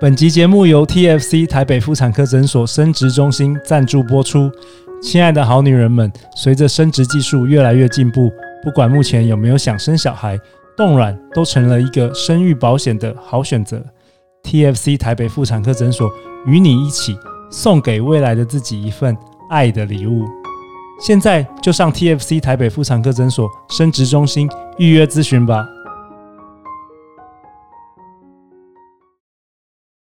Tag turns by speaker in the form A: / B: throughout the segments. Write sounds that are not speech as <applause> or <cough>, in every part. A: 本集节目由 TFC 台北妇产科诊所生殖中心赞助播出。亲爱的好女人们，随着生殖技术越来越进步，不管目前有没有想生小孩，冻卵都成了一个生育保险的好选择。TFC 台北妇产科诊所与你一起送给未来的自己一份爱的礼物。现在就上 TFC 台北妇产科诊所生殖中心预约咨询吧。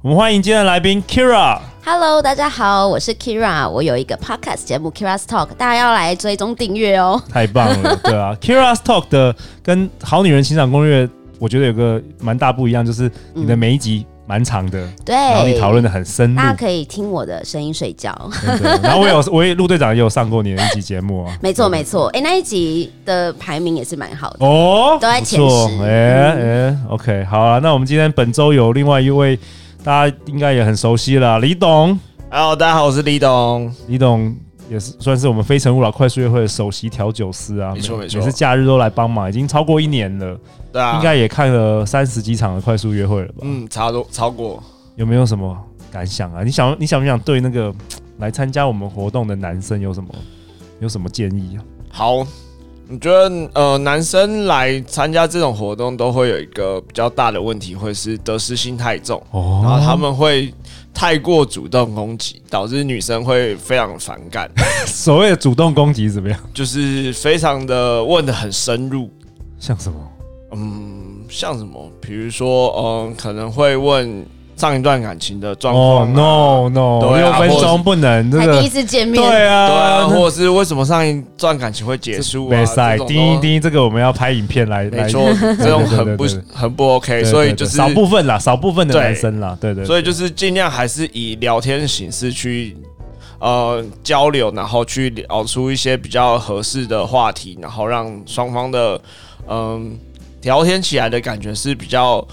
A: 我们欢迎今天的来宾 Kira。
B: Hello，大家好，我是 Kira，我有一个 podcast 节目 Kira's Talk，大家要来追踪订阅哦。
A: 太棒了，对啊，Kira's Talk 的跟《好女人情场攻略》，我觉得有个蛮大不一样，就是你的每一集蛮长的，
B: 对，
A: 然后你讨论的很深入
B: 大，家可以听我的声音睡觉。
A: 真的。然后我有，我也陆队长也有上过你的一集节目
B: <laughs>
A: 啊，
B: 没错，没错，哎、那一集的排名也是蛮好的。
A: 哦，
B: 都在
A: 不
B: 前
A: 错
B: 十嗯
A: 哎哎，OK，好啊，那我们今天本周有另外一位，大家应该也很熟悉了，李董，
C: Hello，大家好，我是李董。
A: 李董。也是算是我们非诚勿扰快速约会的首席调酒师啊，
C: 没错
A: 每
C: 没错
A: 每次假日都来帮忙，已经超过一年了，
C: 对啊，
A: 应该也看了三十几场的快速约会了吧？
C: 嗯，差多超过
A: 有没有什么感想啊？你想你想不想对那个来参加我们活动的男生有什么有什么建议啊？
C: 好。你觉得呃，男生来参加这种活动都会有一个比较大的问题，会是得失心太重，
A: 哦
C: 然后他们会太过主动攻击，导致女生会非常反
A: <laughs>
C: 感，
A: 所谓的主动攻击怎么样？
C: 就是非常的问的很深入。
A: 像什么？
C: 嗯，像什么，比如说，嗯、可能会问上一段感情的状况、
A: 哦、no no，
C: 啊对
A: 六
C: 啊
A: 分
C: 或
A: 钟不能这
B: 才第一
A: 个。
B: 次见面，
A: 对啊，
C: 对啊，或者是为什么上一段感情会结束啊？
A: 没赛
C: 这种都
A: 第一第一，这个我们要拍影片来来
C: 没，错，这种很不
A: 对对
C: 很不 OK，
A: 对对
C: 所以
A: 对
C: 就是
A: 少部分啦，少部分的
C: 对
A: 男生啦，对对，
C: 所以就是尽量还是以聊天形式去呃交流，然后去聊出一些比较合适的话题，然后让双方的嗯、聊天起来的感觉是比较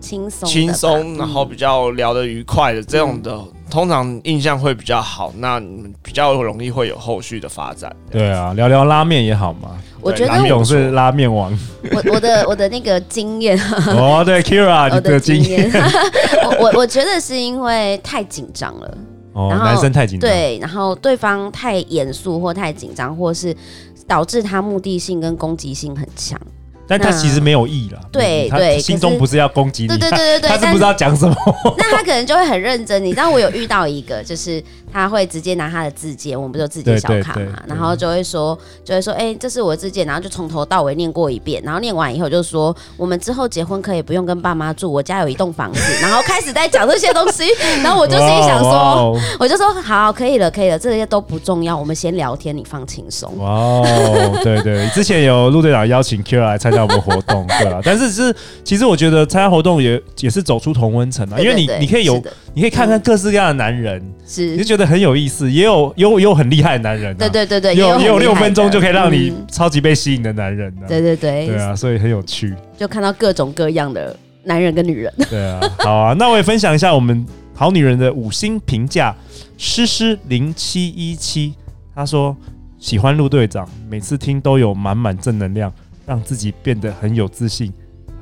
B: 轻松的吧嗯
C: 轻松，然后比较聊得愉快的这种的，通常印象会比较好，那你们比较容易会有后续的发展。
A: 对啊，聊聊拉面也好嘛。
B: 我觉得
A: 李
B: 我
A: 勇是拉面王
B: 我我的我的那个经验， <laughs>
A: 哦，对 Kira 你
B: 我的
A: 的
B: 经
A: 经验
B: 验，
A: <laughs>
B: 我我我觉得是因为太紧张了。
A: 哦，
B: 然后
A: 男生太紧张，
B: 对，然后对方太严肃或太紧张，或是导致他目的性跟攻击性很强。
A: 但他
B: 那
A: 其实没有意啦，
B: 嗯对
A: 他
B: 对
A: 心
B: 可
A: 中
B: 是
A: 不是要攻击你，
B: 对对对对对
A: <laughs> 他是
B: 但
A: 不知道讲什么， <laughs>
B: 那他可能就会很认真。你知道我有遇到一个，就是他会直接拿他的字节，我们不是有字节小卡
A: 对对对
B: 嘛，然后就会说，就会说，哎、这是我的字节，然后就从头到尾念过一遍，然后念完以后就说，我们之后结婚可以不用跟爸妈住，我家有一栋房子，然后开始在讲这些东
A: <laughs>
B: 西，然后我就心里想说，
A: 哦
B: 我就说好，可以了，可以了，这些都不重要，我们先聊天，你放轻松。
A: 哇哦，对对， <laughs> 之前有陆队长邀请 Kira 来参加我们活动， <laughs> 对啊，但是是其实我觉得参加活动也也是走出同温层啊，因为你
B: 对对对
A: 你可以
B: 是
A: 有
B: 的嗯
A: 你可以看看各式各样的男人，你
B: 是
A: 就觉得很有意思，也有有有很厉害的男人啊，
B: 对对对对，
A: 有也有
B: 很厉
A: 六
B: 害
A: 分钟
B: 的
A: 就可以让你
B: 嗯
A: 超级被吸引的男人啊，
B: 对对对，
A: 对啊，所以很有趣。
B: 就看到各种各样的男人跟女人。
A: 对啊，好啊，那我也分享一下我们好女人的五星评价，诗诗零七一七，她说喜欢陆队长，每次听都有满满正能量，让自己变得很有自信，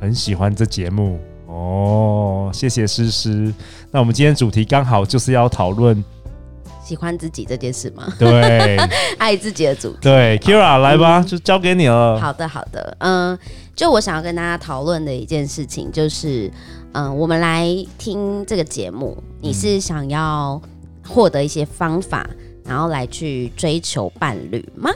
A: 很喜欢这节目哦，谢谢诗诗。那我们今天主题刚好就是要讨
B: <laughs>
A: 论，
B: 喜欢自己这件事吗？ <laughs>
A: 对
B: 爱自己的主题。
A: 对，Kira 来吧，就交给你了。
B: 嗯好的，好的，嗯，就我想要跟大家讨论的一件事情，就是，嗯，我们来听这个节目，你是想要获得一些方法，然后来去追求伴侣吗？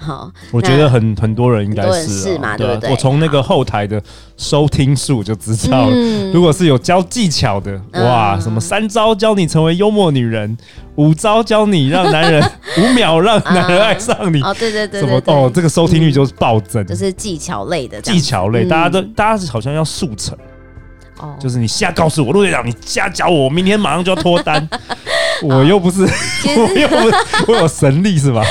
B: 好，
A: 我觉得很很多人应该
B: 很多人
A: 是、啊、
B: 是嘛
A: 对
B: 对
A: 啊
B: 不对
A: 我从那个后台的收听数就知道了。
B: 嗯
A: 如果是有教技巧的，
B: 嗯
A: 哇，什么三招教你成为幽默女人，五招教你让男
B: <laughs>
A: 人五秒让男人爱上你，
B: 哦，对对对
A: 什么
B: 对对，嗯
A: 哦，这个收听率就是暴增，
B: 就是技巧类的这样
A: 技
B: 子，
A: 巧类，
B: 嗯
A: 大家都大家好像要速成，
B: 哦， <laughs>
A: 就是你现在告诉我陆队长，你现在教我，我明天马上就要脱单，我又不是，
B: 哦其实
A: <laughs> 我又
B: <laughs>
A: 不是，我有神力是吧？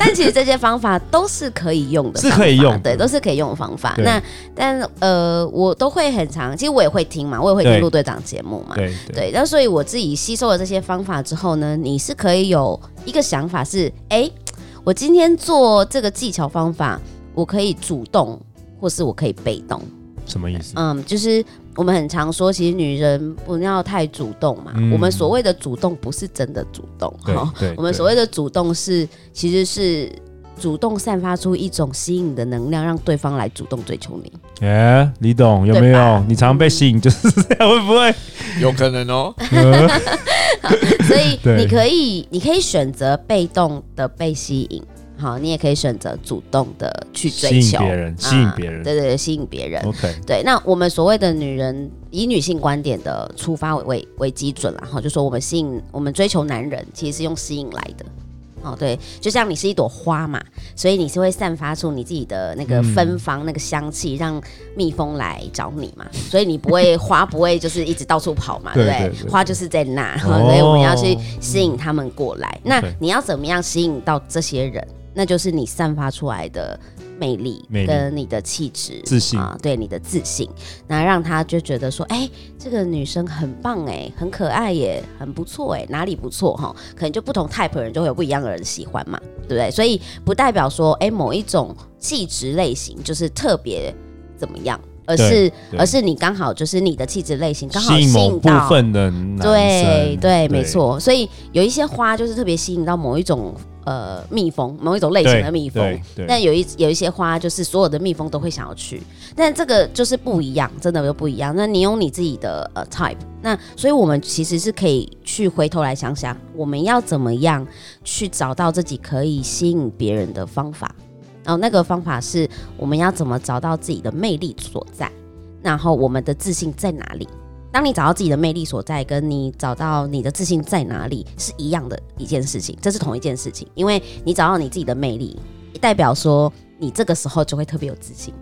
B: 但其实这些方法都是可以用的方法，
A: 是可以用
B: 对，都是可以用的方法。
A: 对
B: 那但呃，我都会很常，其实我也会听嘛，我也会
A: 对
B: 听陆队长节目嘛。
A: 对对，
B: 哦对，那所以我自己吸收了这些方法之后呢，你是可以有一个想法是，哎、我今天做这个技巧方法，我可以主动，或是我可以被动。
A: 什么意思？
B: 嗯，就是我们很常说，其实女人不要太主动嘛。
A: 嗯
B: 我们所谓的主动，不是真的主动。
A: 对
B: 哈
A: 对
B: 我们所谓的主动是，其实是主动散发出一种吸引你的能量，让对方来主动追求你。
A: 哎，李董有没
B: 对
A: 有
B: 吧？
A: 你常被吸引就是这样，会不
B: <laughs>
A: 会？
C: 有可
A: <laughs>
C: 能哦。
A: 呃
B: 所以
A: <laughs> 对
B: 你可以，你可以选择被动的被吸引，好，你也可以选择主动的去追
A: 吸
B: 求
A: 引别人吸引别人
B: 啊对对对，吸引别人。
A: OK，
B: 对，那我们所谓的女人，以女性观点的出发为为为基准啦，哈，就说我们吸引，我们追求男人，其实是用吸引来的。哦，对，就像你是一朵花嘛，所以你是会散发出你自己的那个芬芳、那个香气，让蜜蜂来找你嘛。所以你不会花不会就是一直到处跑嘛，
A: 对
B: 对不对？
A: 对对
B: 花就是在那，
A: 哦
B: 所以我们要去吸引他们过来。那
A: OK
B: 你要怎么样吸引到这些人？那就是你散发出来的魅力
A: 魅力
B: 跟你的气质、
A: 自信
B: 啊，对你的自信，那让他就觉得说，哎、这个女生很棒哎、很可爱耶，很不错哎、哪里不错哈？可能就不同 type 的人就会有不一样的人喜欢嘛，对不对？所以不代表说，哎、某一种气质类型就是特别怎么样，而是
A: 对
B: 而是你刚好就是你的气质类型刚好
A: 吸
B: 吸
A: 引某
B: 引
A: 部
B: 到。
A: 分的男生，
B: 对对，没。错。所以有一些花就是特别吸引到某一种呃蜜蜂，某一种类型
A: 对
B: 的蜜蜂。
A: 对对
B: 但有一有一些花，就是所有的蜜蜂都会想要去，但这个就是不一样，真的就不一样。那你有你自己的呃 type，那所以我们其实是可以去回头来想想，我们要怎么样去找到自己可以吸引别人的方法。然后那个方法是我们要怎么找到自己的魅力所在，然后我们的自信在哪里？当你找到自己的魅力所在，跟你找到你的自信在哪里是一样的一件事情，这是同一件事情，因为你找到你自己的魅力，代表说你这个时候就会特别有自信。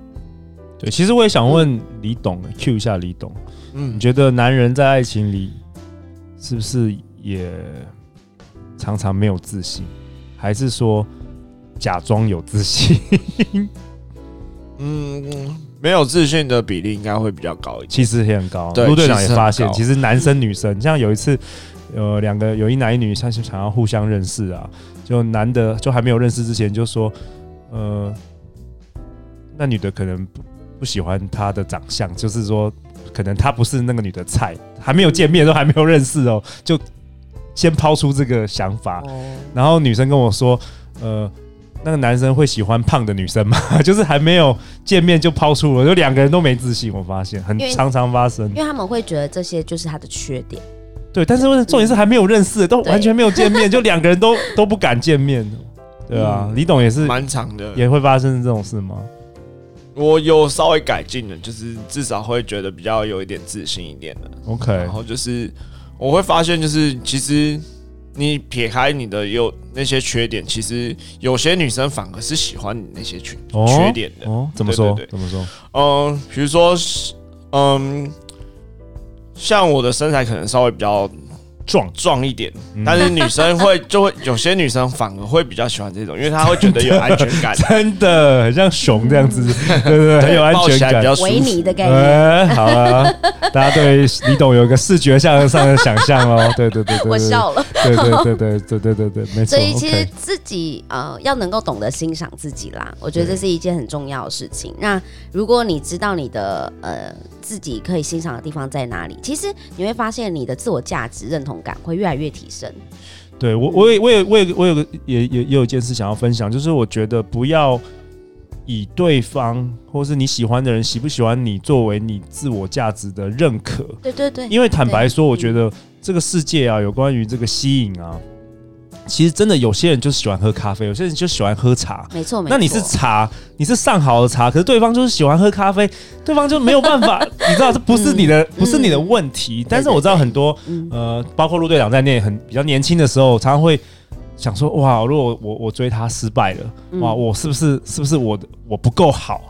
A: 对，其实我也想问李董，Q 一下李董，你
C: 嗯，
A: 觉得男人在爱情里是不是也常常没有自信，还是说假装有自信？
C: 嗯，没有自信的比例应该会比较高一点。
A: 其实也很高。
C: 对
A: 陆队长也发现，
C: 其
A: 其实男生女生，像有一次，呃，两个有一男一女，像是想要互相认识啊，就男的就还没有认识之前就说，呃，那女的可能不不喜欢他的长相，就是说可能他不是那个女的菜，还没有见面都还没有认识哦，就先抛出这个想法，
B: 哦，
A: 然后女生跟我说，呃，那个男生会喜欢胖的女生吗？ <laughs> 就是还没有见面就抛出了，就两个人都没自信，我发现很
B: 因为
A: 常常发生
B: 因。为他们会觉得这些就是他的缺点。
A: 对，但是重点是还没有认识，都完全没有见面，就两个人都 <laughs> 都不敢见面。对啊，
B: 嗯
A: 李董也是
C: 蛮长的，
A: 也会发生这种事吗？
C: 我有稍微改进的，就是至少会觉得比较有一点自信一点的。
A: OK，
C: 然后就是我会发现，就是其实你撇开你的有那些缺点，其实有些女生反而是喜欢你那些缺、
A: 哦
C: 缺点的。
A: 哦，怎么说？
C: 对对对
A: 怎么说？
C: 嗯，比如说，嗯，像我的身材可能稍微比较
A: 壮，
C: 壮一点，
A: 嗯，
C: 但是女生会就会有些女生反而会比较喜欢这种，因为她会觉得有安全感
A: 真的很像熊这样子，对对对，很有安
C: 抱
A: 全
C: 起来
A: 感
C: 比。较舒
B: 维
C: 服。
B: 尼的概念，
A: 哎，好啊，大家对李董有一个视觉上上的想象哦，对对对对，对
B: 我笑了。
A: 对对对对对对对对，没错。
B: 所以其实
A: OK
B: 自己呃要能够懂得欣赏自己啦，我觉得
A: 对
B: 这是一件很重要的事情。那如果你知道你的呃自己可以欣赏的地方在哪里，其实你会发现你的自我价值认同感会越来越提升。
A: 对我我也我也我有我有个也也也有一件事想要分享，就是我觉得不要以对方或是你喜欢的人喜不喜欢你作为你自我价值的认可，
B: 对对对，
A: 因为坦白说，
B: 哎对
A: 我觉得这个世界啊，有关于这个吸引啊，其实真的有些人就喜欢喝咖啡，有些人就喜欢喝茶。
B: 没错没错。
A: 那你是茶，你是上好的茶，可是对方就是喜欢喝咖啡，对方就没有办
B: <laughs>
A: 法，你知道这不是你的，不是你的问题。但是我知道很多
B: 嗯
A: 呃，包括陆队长在内，很比较年轻的时候，常常会想说，哇，如果我我追他失败了，
B: 嗯
A: 哇，我是不是是不是我的我不够好，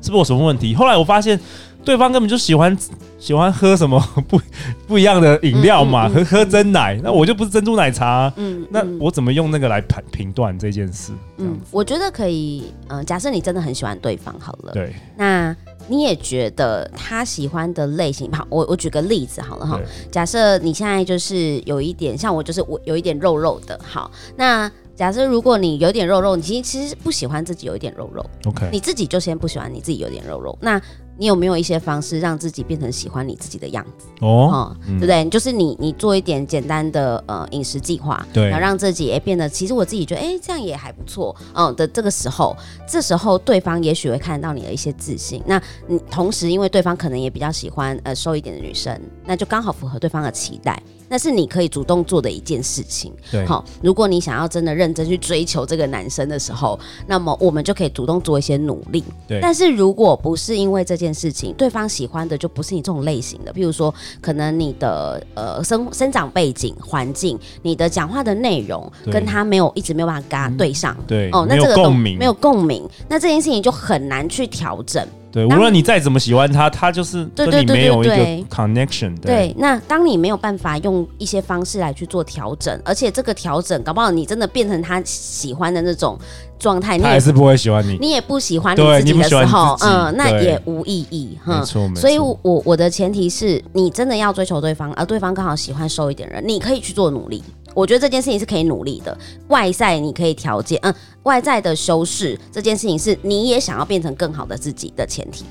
A: 是不是我什么问题？后来我发现，对方根本就喜欢喜欢喝什么 <laughs> 不不一样的饮料嘛，
B: 嗯嗯嗯
A: 喝喝真奶，那我就不是珍珠奶茶啊、
B: 嗯，
A: 那
B: 嗯
A: 我怎么用那个来判评断这件事？
B: 嗯，我觉得可以，嗯、假设你真的很喜欢对方好了，
A: 对，
B: 那你也觉得他喜欢的类型，好，我我举个例子好了哈
A: 对，
B: 假设你现在就是有一点像我，就是我有一点肉肉的，好，那假设如果你有点肉肉，你其实其实不喜欢自己有一点肉肉，
A: ，OK，
B: 你自己就先不喜欢你自己有点肉肉，那你有没有一些方式让自己变成喜欢你自己的样子？
A: 哦，
B: 哦，对不对？就是你你做一点简单的呃饮食计划，
A: 对
B: 然后让自己也变得，其实我自己觉得，哎，这样也还不错，嗯的这个时候，这时候对方也许会看到你的一些自信。那你同时，因为对方可能也比较喜欢呃瘦一点的女生，那就刚好符合对方的期待，那是你可以主动做的一件事情。
A: 对，
B: 好、如果你想要真的认真去追求这个男生的时候，那么我们就可以主动做一些努力。
A: 对
B: 但是如果不是因为这件事情，对方喜欢的就不是你这种类型的，譬如说，可能你的呃生生长背景、环境、你的讲话的内容
A: 对
B: 跟他没有一直没有办法跟他对上。
A: 对，
B: 哦，那
A: 没
B: 这
A: 有
B: 个
A: 共
B: 东
A: 鸣，
B: 没有共鸣，那这件事情就很难去调整。
A: 对，无
B: 当
A: 论你再怎么喜欢他，他就是
B: 对
A: 跟你
B: 对对
A: 没有一个
B: 对
A: connection，
B: 对，那当你没有办法用一些方式来去做调整，而且这个调整搞不好你真的变成他喜欢的那种状态，你
A: 他
B: 也
A: 还是不会喜欢你，
B: 你也不喜欢你
A: 对
B: 自己
A: 你不
B: 的
A: 喜
B: 时
A: 欢
B: 候，嗯
A: 自己
B: 那
A: 对
B: 也无意义，
A: 没
B: 哼。
A: 错，没错，
B: 所以我，我我的前提是你真的要追求对方，而对方刚好喜欢瘦一点人，你可以去做努力。我觉得这件事情是可以努力的，外在你可以调节，嗯，外在的修饰这件事情是你也想要变成更好的自己的前提。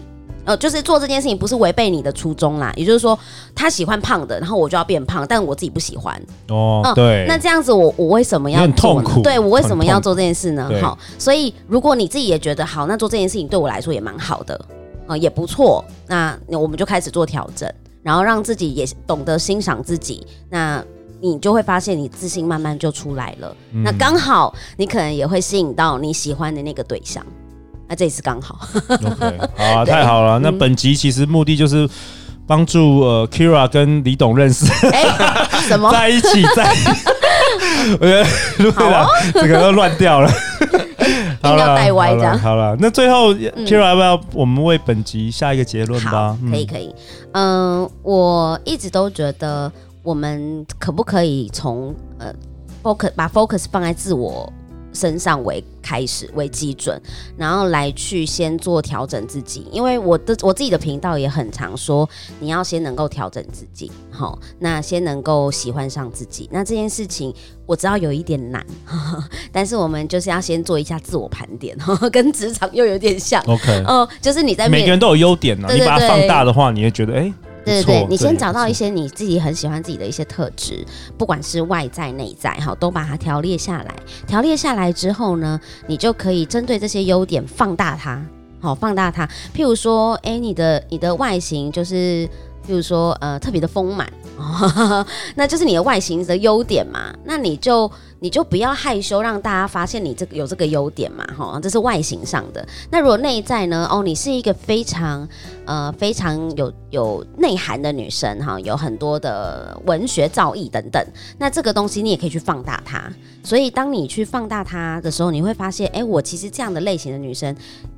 B: 呃，就是做这件事情不是违背你的初衷啦，也就是说，他喜欢胖的，然后我就要变胖，但我自己不喜欢，
A: 哦
B: 嗯，
A: 对，
B: 那这样子我，我为什么要
A: 你很
B: 做呢
A: 痛苦
B: 对我为什么
A: 很痛
B: 要做这件事呢
A: 对？
B: 好，所以如果你自己也觉得好，那做这件事情对我来说也蛮好的，呃，也不错。那我们就开始做调整，然后让自己也懂得欣赏自己。那你就会发现，你自信慢慢就出来了。
A: 嗯
B: 那刚好你可能也会吸引到你喜欢的那个对象。那这一次刚好， <laughs>
A: OK，好、啊，
B: 对
A: 太好了。那
B: 嗯
A: 本集其实目的就是帮助呃 Kira 跟李董认识，
B: 哎、什么？
A: <laughs> 在一起，
B: <laughs>
A: 在。我觉得对了，整个都乱掉了。
B: 啊 <laughs> 硬要带歪
A: 好
B: 这样嗯
A: 了，好了。那最后 Kira 要不要我们为本集下一个结论吧嗯
B: 好？，可以可以。嗯、我一直都觉得我们可不可以从呃 focus 把 focus 放在自我身上为开始为基准，然后来去先做调整自己。因为我的我自己的频道也很常说，你要先能够调整自己，好，那先能够喜欢上自己。那这件事情我知道有一点难， <laughs> 但是我们就是要先做一下自我盘点， <laughs> 跟职场又有点像。
A: o k
B: 哦、就是你在面
A: 每个人都有优点呐，
B: 对
A: 你把它
B: 对
A: 放大的话，你会觉得哎、不
B: 对对
A: 错
B: 对，你先找到一
A: 些
B: 些你自己很喜欢自己的一些特质，不管是外在内在哈，都把它条列下来。条列下来之后呢，你就可以针对这些优点放大它，好放大它。譬如说，哎，你的你的外形就是，譬如说呃特别的丰满， <laughs> 哦、那就是你的外形的优点嘛。那你就你就不要害羞，让大家发现你这个有这个优点嘛，哈，这是外形上的。那如果内在呢？哦，你是一个非常呃非常有有内涵的女生哈，有很多的文学造诣等等。那这个东西你也可以去放大它。所以当你去放大它的时候，你会发现，哎，我其实这样的类型的女生。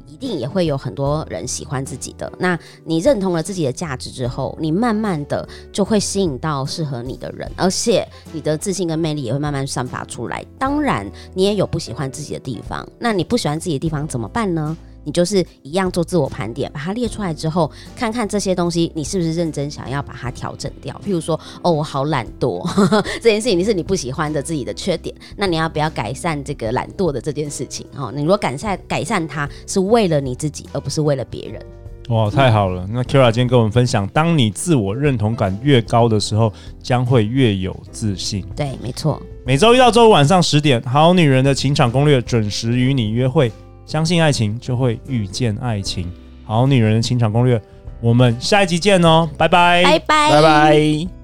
B: 一定也会有很多人喜欢自己的。那你认同了自己的价值之后，你慢慢的就会吸引到适合你的人，而且你的自信跟魅力也会慢慢散发出来。当然，你也有不喜欢自己的地方，那你不喜欢自己的地方怎么办呢？你就是一样做自我盘点，把它列出来之后，看看这些东西你是不是认真想要把它调整掉。譬如说，哦，我好懒惰， <laughs> 这件事情是你不喜欢的自己的缺点，那你要不要改善这个懒惰的这件事情？哦，你如果改善改善它是为了你自己，而不是为了别人。嗯
A: 哇，太好了！那 Kira 今天跟我们分享，当你自我认同感越高的时候，将会越有自信。
B: 对，没错，
A: 每周一到周五晚上十点，《好女人的情场攻略》准时与你约会。相信爱情，就会遇见爱 <laughs> 情。《好女人的情场攻略》，我们下一集见哦，拜拜。
B: 哎拜拜，
C: 拜拜。